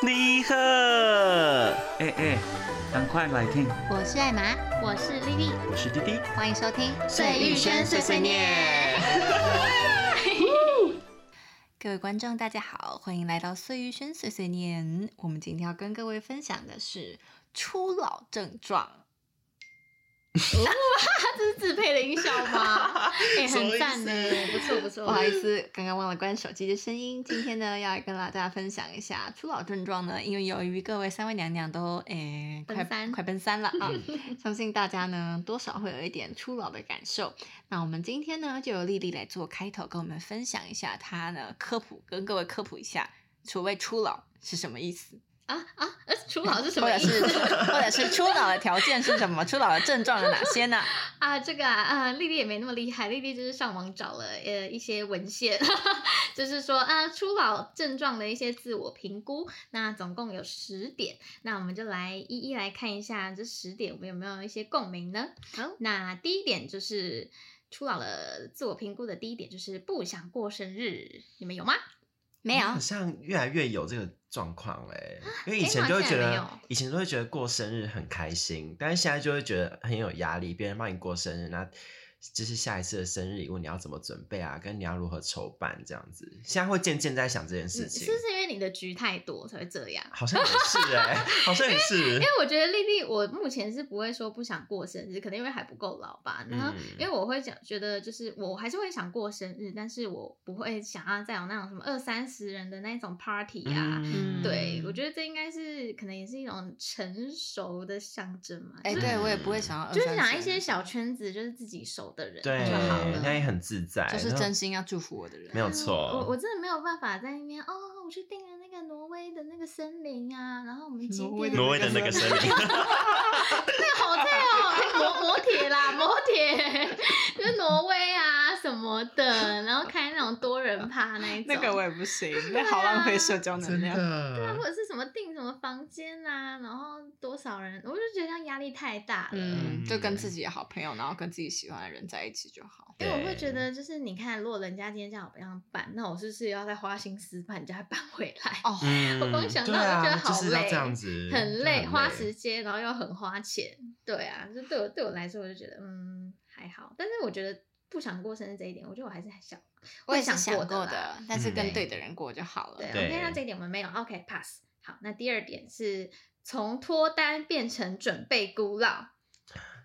你好，哎哎，赶快来听，我是艾玛，我是丽丽，我是滴滴。欢迎收听《碎玉轩碎碎念》。各位观众，大家好，欢迎来到《碎玉轩碎碎念》。我们今天要跟各位分享的是初老症状。这是自配的音效 吗？哎、很赞呢。不错不错不好意思，刚刚忘了关手机的声音。今天呢，要来跟大家分享一下初老症状呢，因为由于各位三位娘娘都诶、奔快三快奔三了啊，相信大家呢多少会有一点初老的感受。那我们今天呢，就由丽丽来做开头，跟我们分享一下她呢科普，跟各位科普一下所谓初老是什么意思，啊啊！呃初老是什或者么意是思或者是初老的条件是什么，初老的症状有哪些呢？ 啊？这个啊，啊丽丽也没那么厉害，丽丽就是上网找了呃一些文献， 就是说啊初老症状的一些自我评估，那总共有十点，那我们就来一一来看一下这十点我们有没有一些共鸣呢？好，那第一点就是初老的自我评估的第一点就是不想过生日，你们有吗？没有啊好，像越来越有这个状况哎，因为以天前哪就会现觉在没得有，以前都会觉得过生日很开心，但是现在就会觉得很有压力，别人帮你过生日，那就是下一次的生日礼物你要怎么准备啊，跟你要如何筹办这样子，现在会渐渐在想这件事你嗯情是，不是因为你的局太多才会这样？好像也是哎，好像也是因，为我觉得丽丽，我目前是不会说不想过生日，可能因为还不够老吧。然后，因嗯为我会想觉得，就是我还是会想过生日，但是我不会想要再有那种什么二三十人的那种 party 啊。嗯对，我觉得这应该是可能也是一种成熟的象征嘛。哎、就是对我也不会想要二就是三想十哦一些小圈子，就是自己熟的人对就好了。，那也很自在，就是然后真心要祝福我的人，没有啊嗯我我错，真的没有办法在那边哦，我去订了那个挪威的那个森林啊，然后我们几挪威点的挪威的那个森 林，好在哦， 摩摩铁啦，摩铁，就是挪威啊什么的，然后开那种多人趴那一种，那个我也不行，那好浪费社交能真量。啊，的或，者是什么订什么房间啊，然后多少人，我就觉得这样压力太大了。嗯，嗯就跟自己的好朋友，然后跟自己喜欢的人在一起就好。因为我会觉得，就是你看，如果人家今天叫我不让办，那我是不是要再花心思把人家办回来？哦，嗯我光想到对啊我就觉得好就是要累这样子，嗯很累，就花时间，然后又很花钱。对啊，就对我对我来说，我就觉得嗯还好，但是我觉得不想过生日这一点，我觉得我还是很想，我也会是想过过啦。的，但是跟嗯对的人过就好了对。对，OK，那这一点我们没有，OK pass。好，那第二点是从脱单变成准备孤老。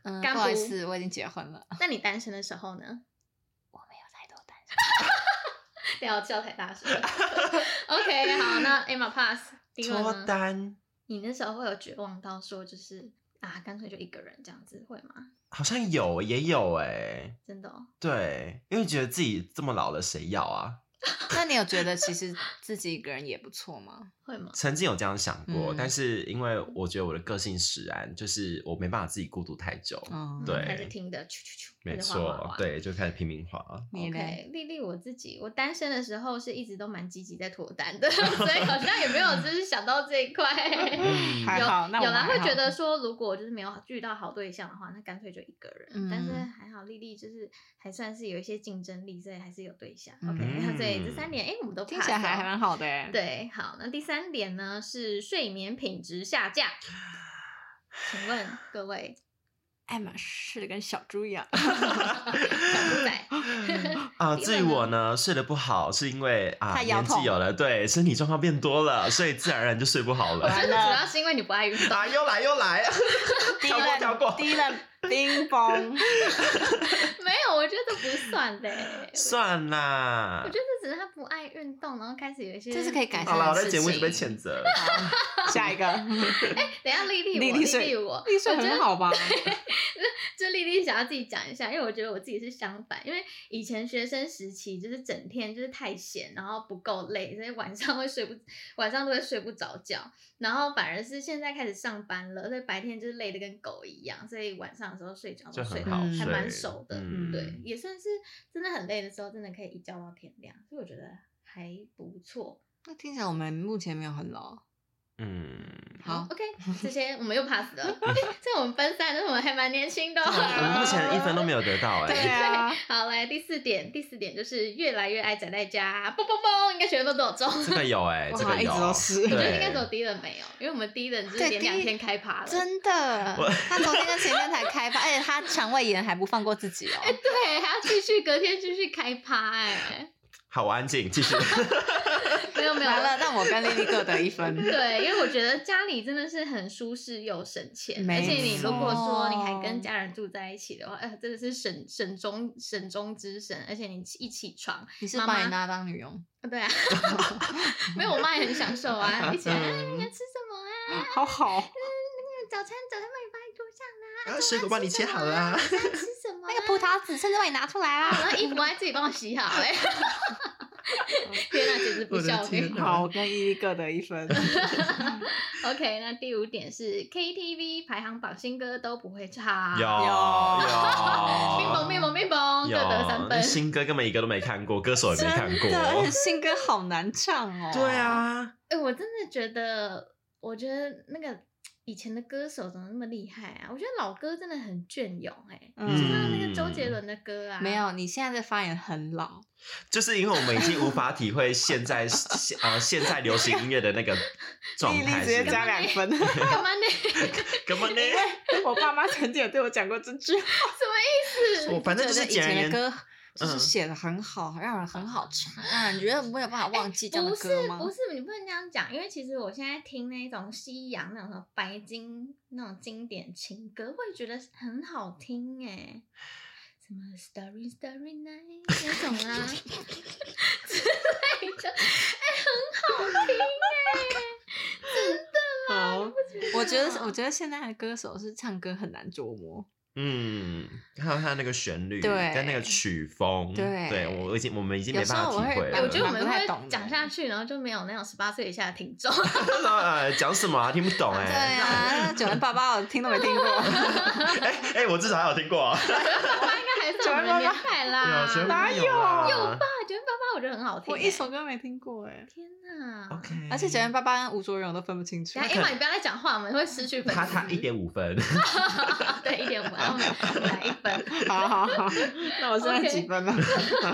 嗯，干不好意不思，我已经结婚了。那你单身的时候呢？我没有太多单身。 不要叫太大声。OK，好， 那 Emma pass。第二脱呢？单。你那时候会有绝望到说就是啊，干脆就一个人这样子，会吗？好像有也有哎、真的、哦？对，因为觉得自己这么老了，谁要啊？那你有觉得其实自己一个人也不错吗？会吗？曾经有这样想过，嗯但是因为我觉得我的个性使然，就是我没办法自己孤独太久。 嗯，对还是听的，啾啾啾，没哦开始哗哗错哗，对，就开始拼命滑。你呢 OK，丽丽，我自己，我单身的时候是一直都蛮积极在脱单的， 所以好像也没 有就是想到这一块。嗯还有好 那我有们啦，还会好觉 得说，如果就是没有遇到好对象的话，那干脆就一个人。嗯但是还好，丽丽就是还算是有一些竞争力，所以还是有对象。嗯 OK，那所以这三点，哎、我们都听起来 pass 还哦还蛮好的哎。，对。好，那第三点呢是睡眠品质下降。请问各位，艾玛睡得跟小猪一样。小仔，啊、你至于们呢我呢，睡得不好是因为啊、太腰年痛纪有了，对，身体状况变多了，所以自然而然就睡不好 我觉了。得完主了要是因为你不爱运动啊，。又来又 来，低跳过跳过了，低了，冰崩。 没有，我觉得不算的欸。算啦我觉。得这只是他不爱运动，然后开始有一些。这是可以改善好的了，我在事节目一直被情 谴责。好下一个，等一下丽丽 我，丽丽丽睡丽我， 你我睡觉很得好吧？ 就丽丽想要自己讲一下，因为我觉得我自己是相反，因为以前学生时期就是整天就是太闲，然后不够累，所以晚上会睡不，晚上都会睡不着觉。然后反而是现在开始上班了，所以白天就是累得跟狗一样，所以晚上的时候睡觉就都睡很得好嗯睡，还蛮熟的，嗯对，也算是真的很累的时候，真的可以一觉到天亮，所以我觉得还不错。那听起来我们目前没有很老。 嗯，好，OK，这些我们又 pass 了。 在我们班三，但是我们还蛮年轻的哦、啊我们目前一分都没有得到哎、对啊，好，来第四点，第四点就是越来越爱宅在家，嘣嘣嘣，应该全部都有中。这个有哎、我这好像个一直有，都是我觉得应该只有对，第一轮没有，因为我们第一轮就是对连第一两天开趴了。真的我，他昨天跟前天才 开发，而且他肠胃炎还不放过自己哦。对，还要继续隔天继续开趴哎、好我安静，继续。没有没有完了，让我跟丽丽各得一 分。对，因为我觉得家里真的是很舒适又省钱，而且你如果说你还跟家人住在一起的话，呃，真的是省省中省中之省，而且你一起床，你是妈把妈你拿当女佣，对啊， 没有，我妈也很享受啊，一起来，哎嗯你要吃什么啊？嗯好好，那个早餐早餐帮你放在桌上啦，然后啊水果帮你切好了、啊，啊。晚上吃什么啊？那个葡萄籽甚至把你拿出来 啊 啦。然后衣服我还自己帮我洗好哎、天哪，简直不我的孝！我跟你天哪讲好我跟丽丽各得一分。 OK，那第五点是 KTV 排行榜新歌都不会唱，有冰有崩冰崩冰崩，各得三有分。新歌根本一个都没看过，歌手也没看 真的，而且过。新歌好难唱哦。对，啊，哎、我真的觉得，我觉得那个以前的歌手怎么那么厉害啊？我觉得老歌真的很隽永哎、嗯像那个周杰伦的歌啊，没有，你现在的发言很老，就是因为我们已经无法体会现在 现呃现在流行音乐的 那个状态是，加两分干嘛呢？根本呢，我爸妈曾经有对我讲过这句话，什么意我思？反正就觉是得以简而前言的歌就是嗯写的很好，让人很好唱，啊，你觉得没有办法忘记这样不的是歌吗？不是，你不能这样讲，因为其实我现在听那种西洋那种什么白金那种经典情歌，会觉得很好听哎、什么 Starry Starry Night 那种啊之类的，哎、很好听哎、好，我觉得啊我觉得现在的歌手是唱歌很难琢磨，嗯，还有他那个旋律，对跟那个曲风，对我我已经我们已经没有时办候法体我会会哎了。我觉得我们蛮不太懂会的欸讲下去，然后就没有那种十八岁以下的听众。 呃讲什么啊，听不懂对哎。啊，九零八八我听都没听过，哎哎，我至少还有听过 啊，他应该还是我们的年代啦。有全部爸啊哪有啊啦有九零八八，我觉得很好听、 欸我一首歌没听过哎，天哪 OK，而且九零八八跟吴卓源我都分不清楚等。下 Emma，你不要再讲话，我们会失去粉丝。他他一点五分， 对，一点五，然后我们来一分， 好好 好，那我现在 OK 几分 了？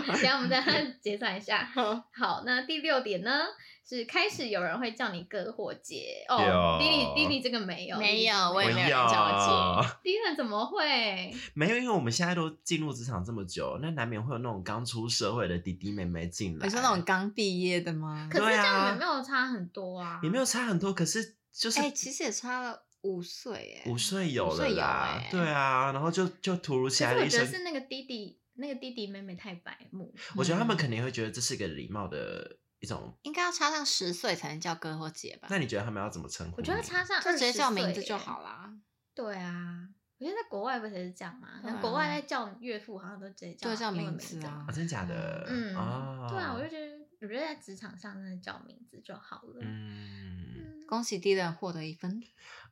等下我们 再结算一下。好好，那第六点呢，是开始有人会叫你哥或姐哦有。弟弟弟弟这个没有，没有我也没有人叫有我。弟弟怎么会？没有，因为我们现在都进入职场这么久，那难免会有那种刚出社会的弟弟妹妹进来。你说那种刚毕业的吗可？是对这啊样也没有差很多啊，也没有差很多，可是就是哎，其实也差了五岁哎五，岁有五岁了有啦哎，对啊，然后就就突如其可来是的我一觉得声，是那个弟弟，那个弟弟妹妹太白目。我觉得他们嗯肯定会觉得这是一个礼貌的一种。应该要差上十岁才能叫哥或姐吧？那你觉得他们要怎么称呼你？我觉得差上就直接20叫名字岁就耶好啦。对啊，我觉得在国外不才是这样嘛，对啊像国外在叫岳父好像都直接叫对叫英文名名字啊啊，真假的？嗯，哦，对啊，我就觉得我觉得在职场上真的叫名字就好了。嗯，嗯，恭喜 D 人获得一分，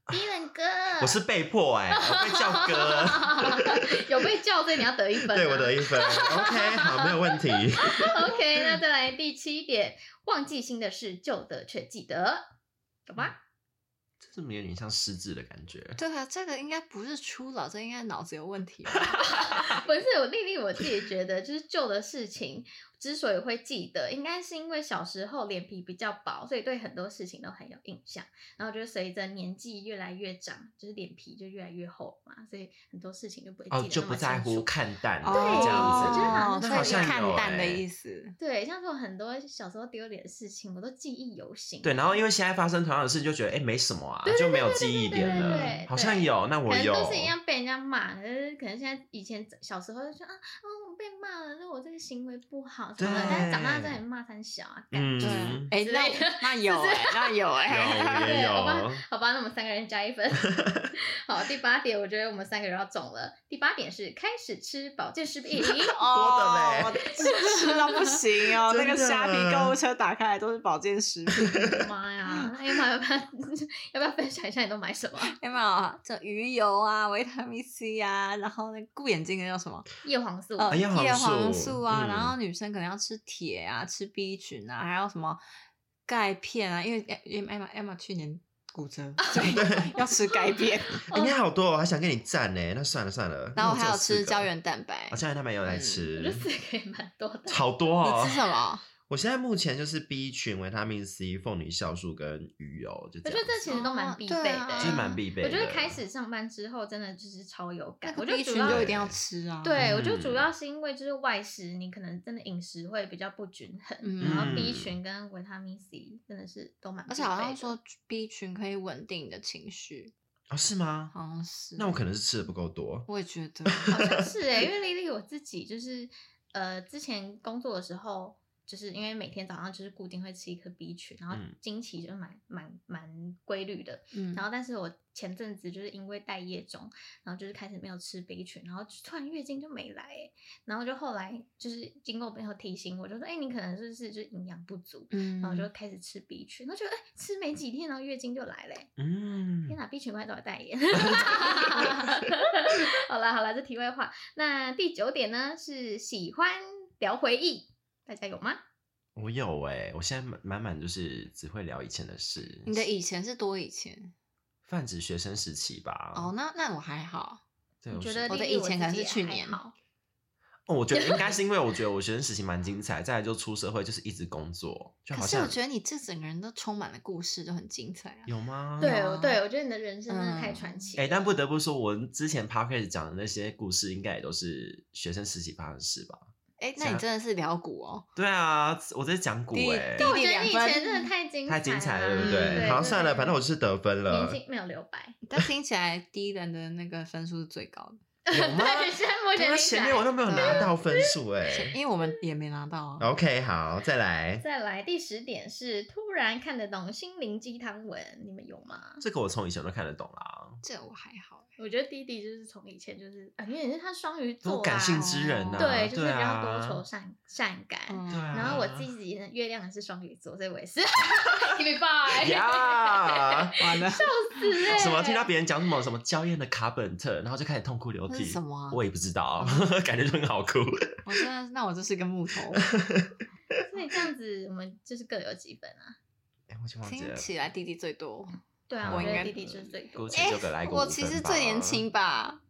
敌人哥，我是被迫哎，我被叫哥，有被叫，所以你要得一分、啊。 对我得一分，OK，好，没有问题。 OK，那再来第七点，忘记新的事，旧的却记得，懂吗？这怎么有点像失智的感觉？对啊，这个应该不是初老，这应该脑子有问题吧。不是我丽丽，我自己觉得就是旧的事情之所以会记得，应该是因为小时候脸皮比较薄，所以对很多事情都很有印象。然后就是随着年纪越来越长，就是脸皮就越来越厚嘛，所以很多事情就不会记得那哦，么就不在清乎楚看淡哦，这我觉得好样像子，那所好以是像看有淡的哎意思。对，像是我很多小时候丢脸的事情，我都记忆犹新。对，然后因为现在发生同样的事，就觉得哎、诶没什么啊，对对就没有记忆点对了。对对对好像有，那可我能有。都是一样被人家骂，可是可能现在以前小时候就说啊啊我被骂了，那我这个行为不好什么的，对但是长大之后也骂三小啊，干嗯对啊，哎，之那类的那有哎，那有哎，有也 对，好吧有，，好吧，那我们三个人加一分。好，第八点，我觉得我们三个人要中了。第八点是开始吃保健 食品， 哦多的，，我吃到不行哦 那个真的虾皮购物车打开来都是保健食品。妈呀！哎呀妈，要不要要不要分享一下你都买什么？ 有没有这鱼油啊、维他命 C 啊，然后那个顾眼睛的叫什么？叶黄素，呃，哎叶黄叶素黄素啊，嗯然后女生可能要吃铁啊、吃 B 群啊，还有什么钙片啊，因为因为 Emma Emma 去年骨折，所以 要吃钙 片。哎、你好多、哦，我还想跟你赞呢。那算了算了。然后我那还有只四吃个胶，原蛋白啊，。胶原蛋白也有来嗯我吃觉，得四个也蛮多 的。好多哦。你吃什么？我现在目前就是 B 群、维他命 C、凤梨酵素跟鱼油，就我这觉样得子。这其实都蛮必备哦对的、啊就是蛮必备的。我觉得开始上班之后，真的就是超有那感。个我觉 B 得主群要就一定要吃啊。对，我觉得嗯主要是因为就是外食，你可能真的饮食会比较不均衡，嗯然后嗯 B 群跟维他命 C 真的是都蛮必而备且的，好像说 B 群可以稳定你的情绪，哦，是吗？好像是。那我可能是吃的不够多。我也觉 得，好像是哎、因为丽丽我自己就是呃，之前工作的时候，就是因为每天早上就是固定会吃一颗 B 群，然后嗯经期就蛮蛮蛮规律的。嗯，然后，但是我前阵子就是因为待业中，然后就是开始没有吃 B 群，然后就突然月经就没来、欸，然后就后来就是经过朋友提醒我，就说，哎、你可能是不是就是营养不足，嗯，然后我就开始吃 B 群，那就哎、吃没几天，然后月经就来欸嘞、嗯天，哪，B 群怪都有代言。 好啦好啦，这题外话。那第九点呢是喜欢聊回忆，大家有吗？我有哎、我现在满满满就是只会聊以前的事。你的以前是多以前泛指学生时期吧？哦，，那那我还好，对，你我觉是得我的丽丽哦以前可能自己是去还年好哦，我觉得应该是因为我觉得我学生时期蛮精彩，再来就出社会就是一直工作，就可好是我像觉得你这整个人都充满了故事，就很精彩啊。有吗？对有啊对，我觉得你的人生真的太嗯传奇了。哎、但不得不说，我之前 podcast 讲的那些故事，应该也都是学生时期发生的事吧？哎，那啊你真的是聊股哦， 对啊，我在讲古第一哎、第一但我觉得你以前两分真的太精太精彩了，对不嗯对？对，好，真的算了，反正我就是得分了年。轻没有留 白。但听起来第一人的那个分数是最高的，有 吗？对，现在我觉得因为你啊前面我都没有拿到嗯分数哎、 因为我们也没拿到啊。 OK，好，再来， 再来第十点是突然看得懂心灵鸡汤文，你们有吗？这个我从以前都看得懂啦。这我还好，我觉得弟弟就是从以前就是，啊，因为你是他双鱼都座、啊，感性之人呐、啊对，就是比较啊多愁善善感。嗯对啊然后我自己呢，月亮也是双鱼座，所以我也是 give me five， 呀完了，是欸啊 什么听到别人讲什么什么娇艳的卡本特，然后就开始痛哭流那涕。是什么啊嗯我也不知道， 感觉就很好哭。我真的，那我就是个木 头，所以这样子，我们就是各有几分啊？哎、我就忘记听了。起来弟弟最多。对啊，我我觉应得该弟弟就是最多姑。且就给来个哎我五其分实吧最年轻吧，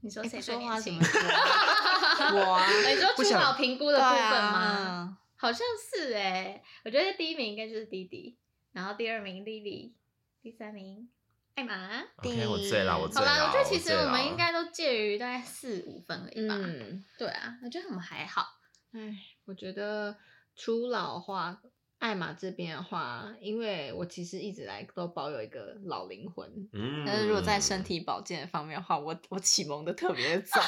你说哎谁不最说年话怎轻哦么？ 说我啊，你说不初想老评估对的部分吗？啊，好像是哎，我觉得第一名应该就是弟弟，然后第二名丽丽，第三名艾玛。 OK，我醉了，我好醉了。啦，我觉得其实醉我了们应该都介于大概四五分而已吧。嗯，对啊，我觉得我们还好。哎，我觉得初老的话，艾玛这边的话，因为我其实一直来都保有一个老灵魂。嗯但是如果在身体保健方面的话，我我启蒙的特别 早，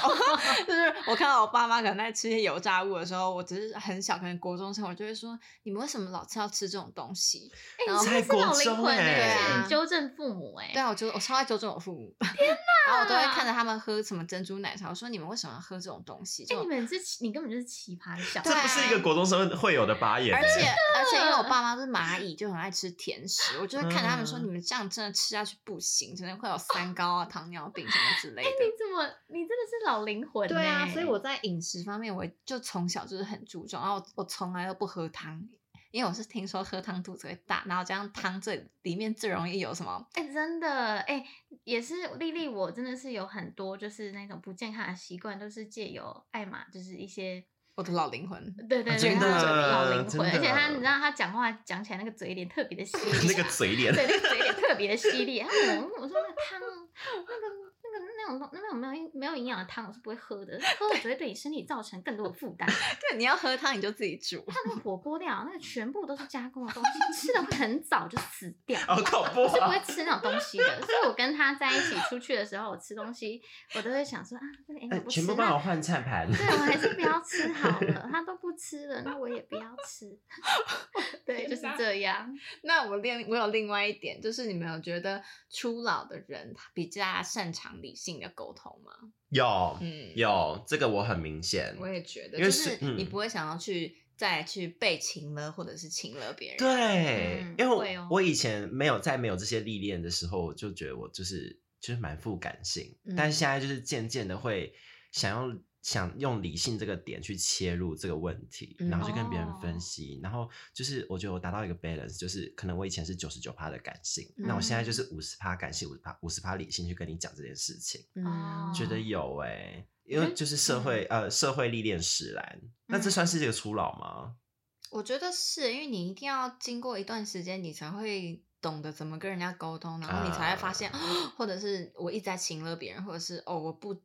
就是我看到我爸妈可能在吃一些油炸物的时候，我只是很小，可能国中生，我就会说你们为什么老是要吃这种东西？哎、然你后真的是老灵魂在国中哎、哎你纠正父母哎、对啊，我就我超爱纠正我父母， 然后我都会看着他们喝什么珍珠奶茶，我说你们为什么要喝这种东西？哎、就你们这奇你根本就是奇葩的小孩，这不是一个国中生会有的发言。啊而且而且因为我爸妈是蚂蚁，就很爱吃甜食，我就会看着他们说嗯你们这样真的吃下去不行，真的会有三高啊、糖尿病什么之类哎、 你的。怎么你真的是老灵魂、对啊，哎所以我在饮食方面，我就从小就是很注重，然后我我从来都不喝汤，因为我是听说喝汤肚子会大，然后加上汤最里面最容易有什么，哎、真的哎、也是丽丽，我真的是有很多就是那种不健康的习惯，都是借由艾玛，就是一些我的老灵魂。 对对对，啊真她的老灵真魂，而且的她你知道她讲话讲起来那个嘴脸特别的犀利， 那个嘴脸，对，那个嘴脸特别的犀利。然后 我我说那个汤，那个那个那种东那种没有没有营养的汤，我是不会喝的，喝了只会对你身体造成更多的负担。对，你要喝汤你就自己煮。它那个火锅料，那个全部都是加工的东西，吃的会很早就死掉。 好恐怖我是不啊！会吃那种东西的，所以我跟他在一起出去的时候，我吃东西，我都会想说啊，这个 Angel 不吃，哎全部帮我那换菜盘。对啊我还是不要吃好了。他都不吃了，那我也不要吃。 对，就是这样。那我另我有另外一点，就是你们有觉得初老的人他比较擅长理性的沟通吗？ 有嗯，有，这个我很明显。我也觉得，因就为是是嗯你不会想要去再去被情了，或者是情了别人。，对，啊嗯因为会哦我我以前没有在没有这些历练的时候，我就觉得我就是就是蛮富感性，但嗯是现在就是渐渐的会想要想用理性这个点去切入这个问题，嗯然后去跟别人哦分析，然后就是我觉得我达到一个 balance，就是可能我以前是九十九趴的感性，那我现在嗯就是五十趴感性，五十趴五十趴理性去跟你讲这件事情，嗯，觉得哦有哎、因我为觉得就是社会、呃社会历练使然，那嗯这算是这个初老吗？我觉得是因为你一定要经过一段时间，你才会懂得怎么跟人家沟通，然后你才会啊发现，或者是我一直在请了别人，或者是哦我不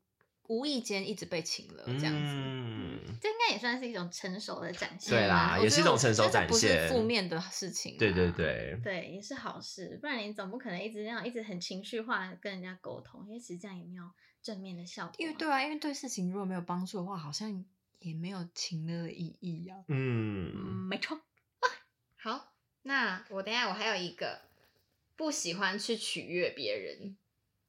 无意间一直被请了呃这样子。嗯这应该也算是一种成熟的展现吧。对啦嗯我也觉是一得种成熟这展不是现负面的事情、对对。嗯对，对，也是好事，不然你总不可能一直那样，一直很情绪化地跟人家沟通，因为其实这样也没有正面的效果啊。因为对啊，因为对事情如果没有帮助的话，好像也没有情乐的意义啊。嗯，嗯，没错。好，那我等一下我还有一个不喜欢去取悦别人。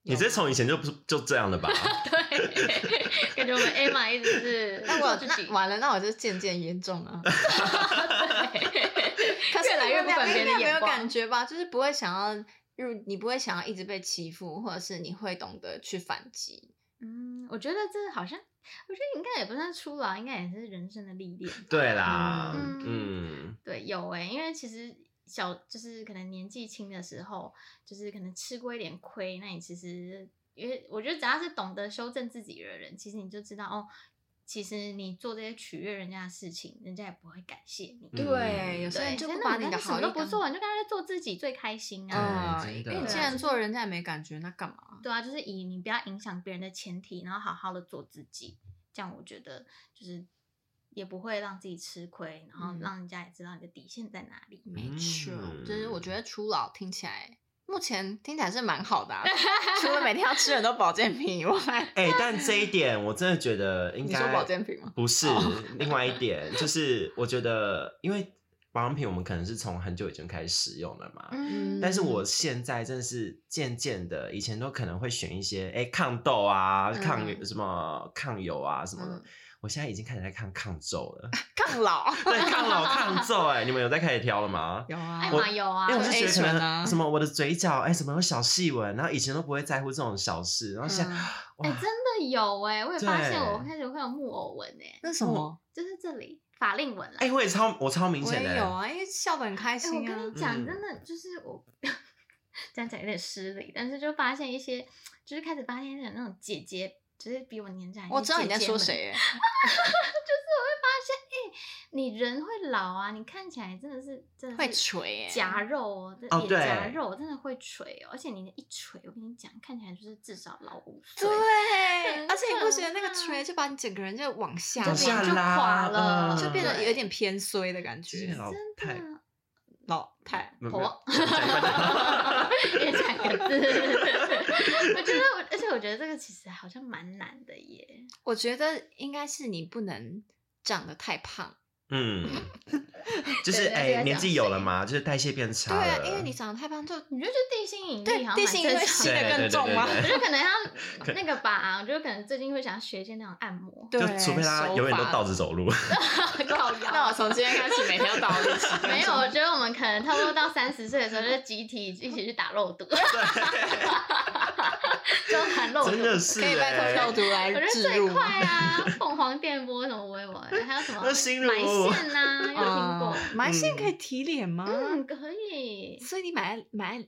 你这从以前就不是就这样的吧？ 对，感觉我们 Emma 一直 是那我做自己那，完了，那我就渐渐严重 啊。可可是越来你越们不没有管别人你们的没有眼光感。觉吧？就是不会想要，入，你不会想要一直被欺负，或者是你会懂得去反击。嗯，我觉得这好像，我觉得应该也不算初老，应该也是人生的历练。对啦，嗯嗯对，有哎、因为其实小就是可能年纪轻的时候，就是可能吃过一点亏，那你其实因为我觉得只要是懂得修正自己的人，其实你就知道哦，其实你做这些取悦人家的事情，人家也不会感谢你。嗯对有些对，人就真不的把那你的你什好么意都不当做，你就干脆做自己最开心啊。嗯，哎真因的为你既对啊然做人家也没感觉，那干嘛？对啊，就是以你不要影响别人的前提，然后好好的做自己，这样我觉得就是也不会让自己吃亏，然后嗯让人家也知道你的底线在哪里。没错，就是我觉嗯得初老听起来，目前听起来是蛮好的、 啊，除了每天要吃很多保健品以外，哎、但这一点我真的觉得 应你该说保健品吗？不是哦另外一点，就是我觉得因为保养品我们可能是从很久以前开始使用了嘛。嗯但是我现在真的是渐渐的，以前都可能会选一些哎、抗痘啊、抗嗯什么抗油啊什么的，嗯我现在已经开始在看抗皱了，抗老对，抗老 抗皱哎、你们有在开始挑了吗？有 艾啊，玛有啊，因为我是对 A 觉得可醇啊能什么我的嘴角哎、什么有小细纹，然后以前都不会在乎这种小事，然后现在、嗯哇哎、真的有哎、我也发现我对开始会有木偶纹哎、那什么，就是这里法令纹啦。哎、我也超我超明我显的、也有啊，因为笑得很开哎我心啊跟。你讲，真嗯的就是我 这样讲有点失礼，但是就发现一些，就是开始发现有那种姐姐，就是比我年长一些姐姐们。我知道你在说谁、欸，哎、你人会老啊，你看起来真的是真的会是垂、欸，夹肉哦，这哦脸夹对肉真的会垂哦，而且你一垂，我跟你讲，看起来就是至少老五 岁。对，很而且你不觉得那个可垂就把你整个人就往下往面下就拉，垮了就嗯变得对有点偏衰的感就是觉，哦老太真的老太。没有没有婆讲一 半的也讲一个字。 我觉得我，而且我觉得这个其实好像蛮难的耶。我觉得应该是你不能长得太胖，嗯，对就是对哎、对在年讲纪有了谁嘛，就是代谢变对差了。啊，因为你长得太胖就你就觉得地心引对力好像地蛮心正会常吸对得对更对重对吗？我对觉得 可能要那个吧，我觉得可能最近会想要学一些那种按摩，对，就除非他永远都倒着。着走路， 靠 腰。，那我从今天开始每天都倒着起 没有，我觉得我们可能差不多到三十岁的时候，就是集体一起去打肉 毒，就喊肉毒，真的是可以拜哎托肉毒来我觉得植最入快吗？啊，凤凰电波什么微博，还有什么 那心如埋线呐、有听过啊？，埋线嗯可以提脸吗？嗯，可以。所以你埋在埋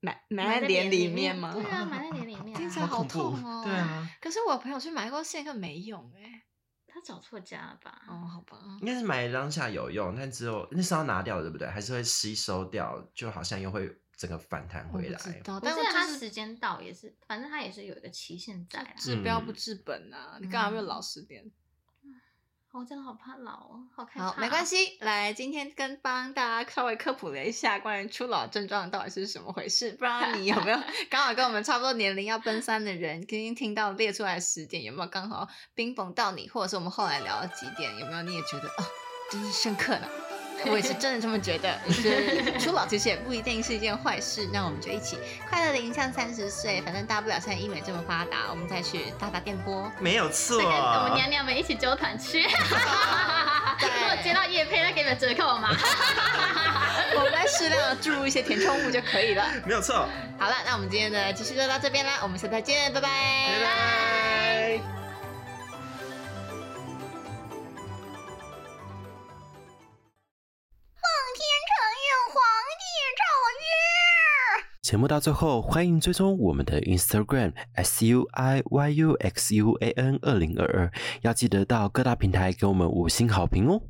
埋埋埋在在脸脸里里面面吗？对啊，埋在脸里面、听起啊来。恐好怖痛哦对啊，可是我朋友去埋过线，更没用哎。他找错家了吧？哦，好吧，应该是买当下有用，但只有那是要拿掉的，对不对？还是会吸收掉，就好像又会整个反弹我不回来。知道，我但记我得他就是时间到也是，反正他也是有一个期限在啦。治标不嗯治本啊！你干嘛不老实点？我真的好怕老哦，好害怕。好，没关系。系。来，今天跟帮大家稍微科普了一下关于初老症状到底是什么回事，不知道你有没有刚好跟我们差不多年龄要奔三的人，今天听到列出来的十点，有没有刚好冰崩到你，或者是我们后来聊了几点，有没有你也觉得哦，真是深刻呢？我也是真的这么觉得，就是初老其实也不一定是一件坏事。那我们就一起快乐的迎向三十岁，反正大不了现在医美这么发达，我们再去打打电波。没有错，这个我们娘娘们一起揪团去， 如果接到叶配，再给你们折扣嘛。我们来适量的注入一些填充物就可以了。没有 错，好了，那我们今天的哎继续就到这边啦，我们下次再见，拜拜拜拜。节目到最后，欢迎追踪我们的 Instagram s u i y u x u a n 二零二二，要记得到各大平台给我们五星好评哦。